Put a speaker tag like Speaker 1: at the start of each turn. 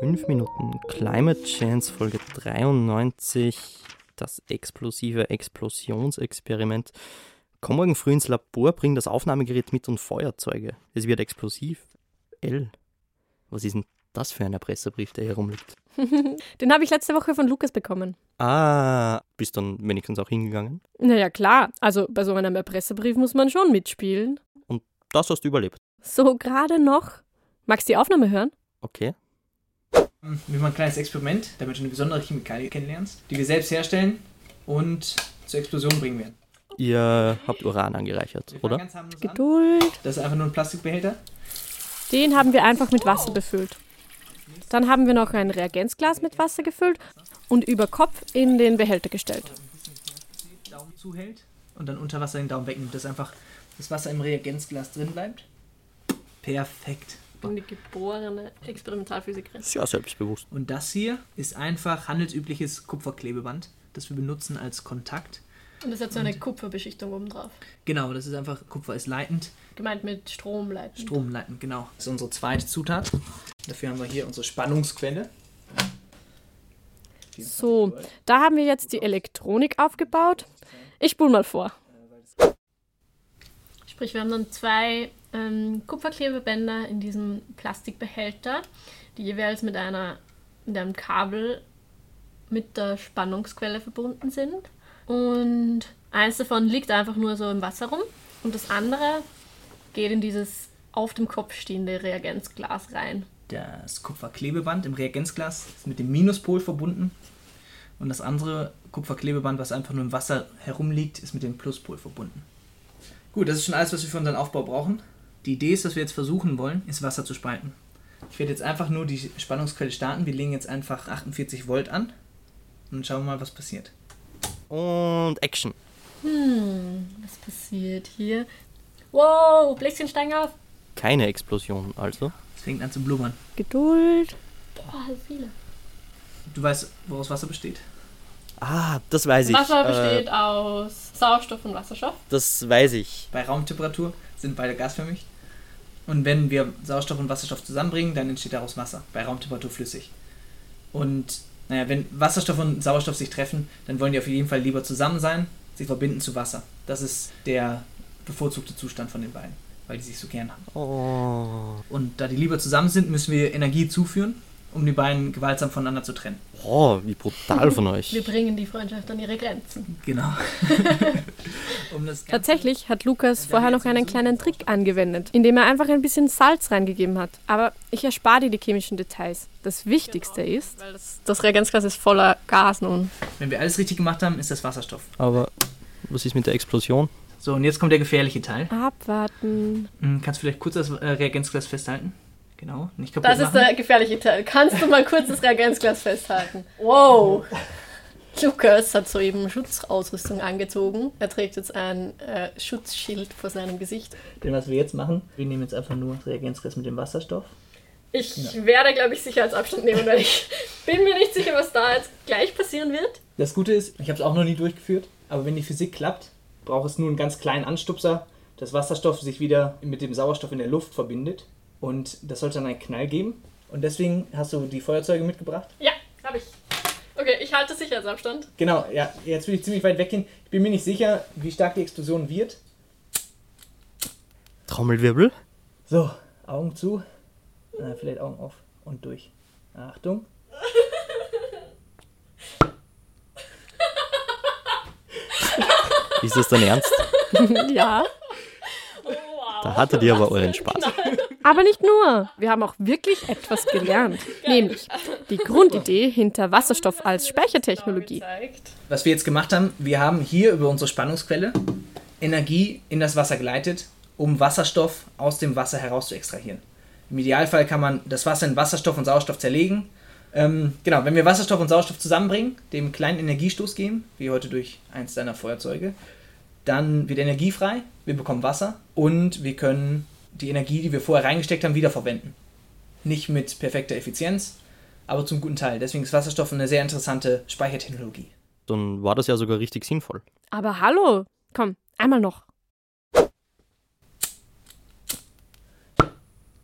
Speaker 1: 5 Minuten Climate Chance Folge 93, das explosive Explosionsexperiment. Komm morgen früh ins Labor, bring das Aufnahmegerät mit und Feuerzeuge. Es wird explosiv. L. Was ist denn das für ein Erpresserbrief, der hier rumliegt?
Speaker 2: Den habe ich letzte Woche von Lukas bekommen.
Speaker 1: Ah, bist dann wenigstens auch hingegangen?
Speaker 2: Naja, klar. Also bei so einem Erpressebrief muss man schon mitspielen.
Speaker 1: Das hast du überlebt.
Speaker 2: So gerade noch. Magst du die Aufnahme hören?
Speaker 1: Okay.
Speaker 3: Wir machen ein kleines Experiment, damit du eine besondere Chemikalie kennenlernst, die wir selbst herstellen und zur Explosion bringen werden.
Speaker 1: Ihr habt Uran angereichert,
Speaker 3: Wir fangen
Speaker 1: oder?
Speaker 3: ganz harmlos an.
Speaker 2: Geduld.
Speaker 3: Das ist einfach nur ein Plastikbehälter.
Speaker 2: Den haben wir einfach mit Wasser befüllt. Dann haben wir noch ein Reagenzglas mit Wasser gefüllt und über Kopf in den Behälter gestellt.
Speaker 3: Daumen zuhält und dann unter Wasser den Daumen wegnimmt, dass einfach das Wasser im Reagenzglas drin bleibt. Perfekt.
Speaker 4: Ich bin eine geborene Experimentalphysikerin.
Speaker 1: Sehr selbstbewusst.
Speaker 3: Und das hier ist einfach handelsübliches Kupferklebeband, das wir benutzen als Kontakt.
Speaker 4: Und das hat so eine Kupferbeschichtung oben drauf.
Speaker 3: Genau, das ist einfach, Kupfer ist leitend,
Speaker 4: Gemeint mit Stromleitern.
Speaker 3: stromleitend, genau. Das ist unsere zweite Zutat. Dafür haben wir hier unsere Spannungsquelle.
Speaker 2: So, da haben wir jetzt die Elektronik aufgebaut. Ich spule mal vor.
Speaker 4: Sprich, wir haben dann zwei ähm, Kupferklebebänder in diesem Plastikbehälter, die jeweils mit, einer, mit einem Kabel mit der Spannungsquelle verbunden sind. Und eins davon liegt einfach nur so im Wasser rum und das andere geht in dieses auf dem Kopf stehende Reagenzglas rein.
Speaker 3: Das Kupferklebeband im Reagenzglas ist mit dem Minuspol verbunden und das andere Kupferklebeband, was einfach nur im Wasser herumliegt, ist mit dem Pluspol verbunden. Gut, das ist schon alles, was wir für unseren Aufbau brauchen. Die Idee ist, was wir jetzt versuchen wollen, ist Wasser zu spalten. Ich werde jetzt einfach nur die Spannungsquelle starten. Wir legen jetzt einfach 48 Volt an und schauen mal, was passiert.
Speaker 1: Und Action.
Speaker 4: Hm, Was passiert hier? Wow, Bläschen steigen auf.
Speaker 1: Keine Explosion, also.
Speaker 3: Es fängt an zu blubbern.
Speaker 2: Geduld.
Speaker 4: Boah, so viele.
Speaker 3: Du weißt, woraus Wasser besteht?
Speaker 1: Ah, das weiß ich.
Speaker 4: Wasser
Speaker 1: Äh,
Speaker 4: besteht aus Sauerstoff und Wasserstoff.
Speaker 1: das weiß ich.
Speaker 3: Bei Raumtemperatur sind beide gasförmig. Und wenn wir Sauerstoff und Wasserstoff zusammenbringen, dann entsteht daraus Wasser. Bei Raumtemperatur flüssig. Und naja, wenn Wasserstoff und Sauerstoff sich treffen, dann wollen die auf jeden Fall lieber zusammen sein. Sie verbinden zu Wasser. Das ist der bevorzugte Zustand von den beiden, weil die sich so gern haben.
Speaker 1: Oh.
Speaker 3: Und da die lieber zusammen sind, müssen wir Energie zuführen, um die beiden gewaltsam voneinander zu trennen.
Speaker 1: Oh, wie brutal von euch.
Speaker 4: Wir bringen die Freundschaft an ihre Grenzen.
Speaker 3: Genau. um das Ganze-
Speaker 2: Tatsächlich hat Lukas vorher noch einen kleinen Trick angewendet, indem er einfach ein bisschen Salz reingegeben hat. Aber ich erspare dir die chemischen Details. Das Wichtigste ist,
Speaker 4: Weil das, das Reagenzglas ist voller Gas nun.
Speaker 3: Wenn wir alles richtig gemacht haben, ist das Wasserstoff.
Speaker 1: Aber was ist mit der Explosion?
Speaker 3: So, und jetzt kommt der gefährliche Teil.
Speaker 2: abwarten.
Speaker 3: Mm, Kannst du vielleicht kurz das äh, Reagenzglas festhalten? Genau, nicht kaputt
Speaker 4: Das ist
Speaker 3: machen.
Speaker 4: der gefährliche Teil. Kannst du mal kurz das Reagenzglas festhalten? Wow! Lukas hat soeben Schutzausrüstung angezogen. Er trägt jetzt ein äh, Schutzschild vor seinem Gesicht.
Speaker 3: Denn was wir jetzt machen, wir nehmen jetzt einfach nur das Reagenzglas mit dem Wasserstoff.
Speaker 4: Ich werde, glaube ich, Sicherheitsabstand nehmen, weil ich bin mir nicht sicher, was da jetzt gleich passieren wird.
Speaker 3: Das Gute ist, ich habe es auch noch nie durchgeführt, aber wenn die Physik klappt, braucht es nur einen ganz kleinen Anstupser, dass Wasserstoff sich wieder mit dem Sauerstoff in der Luft verbindet und das sollte dann einen Knall geben. Und deswegen hast du die Feuerzeuge mitgebracht.
Speaker 4: Ja, habe ich. Okay, ich halte Sicherheitsabstand.
Speaker 3: Genau, ja, jetzt will ich ziemlich weit weggehen. Ich bin mir nicht sicher, wie stark die Explosion wird.
Speaker 1: Trommelwirbel?
Speaker 3: So, Augen zu, äh, vielleicht Augen auf und durch. Achtung.
Speaker 1: Ist das dein Ernst?
Speaker 2: Ja.
Speaker 1: Da hattet ihr aber euren Spaß.
Speaker 2: Aber nicht nur. Wir haben auch wirklich etwas gelernt. Nämlich die Grundidee hinter Wasserstoff als Speichertechnologie.
Speaker 4: Gezeigt.
Speaker 3: Was wir jetzt gemacht haben, wir haben hier über unsere Spannungsquelle Energie in das Wasser geleitet, um Wasserstoff aus dem Wasser heraus zu extrahieren. Im Idealfall kann man das Wasser in Wasserstoff und Sauerstoff zerlegen. Ähm, genau, wenn wir Wasserstoff und Sauerstoff zusammenbringen, dem kleinen Energiestoß geben, wie heute durch eins deiner Feuerzeuge, dann wird Energie frei, wir bekommen Wasser und wir können die Energie, die wir vorher reingesteckt haben, wiederverwenden. Nicht mit perfekter Effizienz, aber zum guten Teil. Deswegen ist Wasserstoff eine sehr interessante Speichertechnologie.
Speaker 1: Dann war das ja sogar richtig sinnvoll.
Speaker 2: Aber hallo. Komm, einmal noch.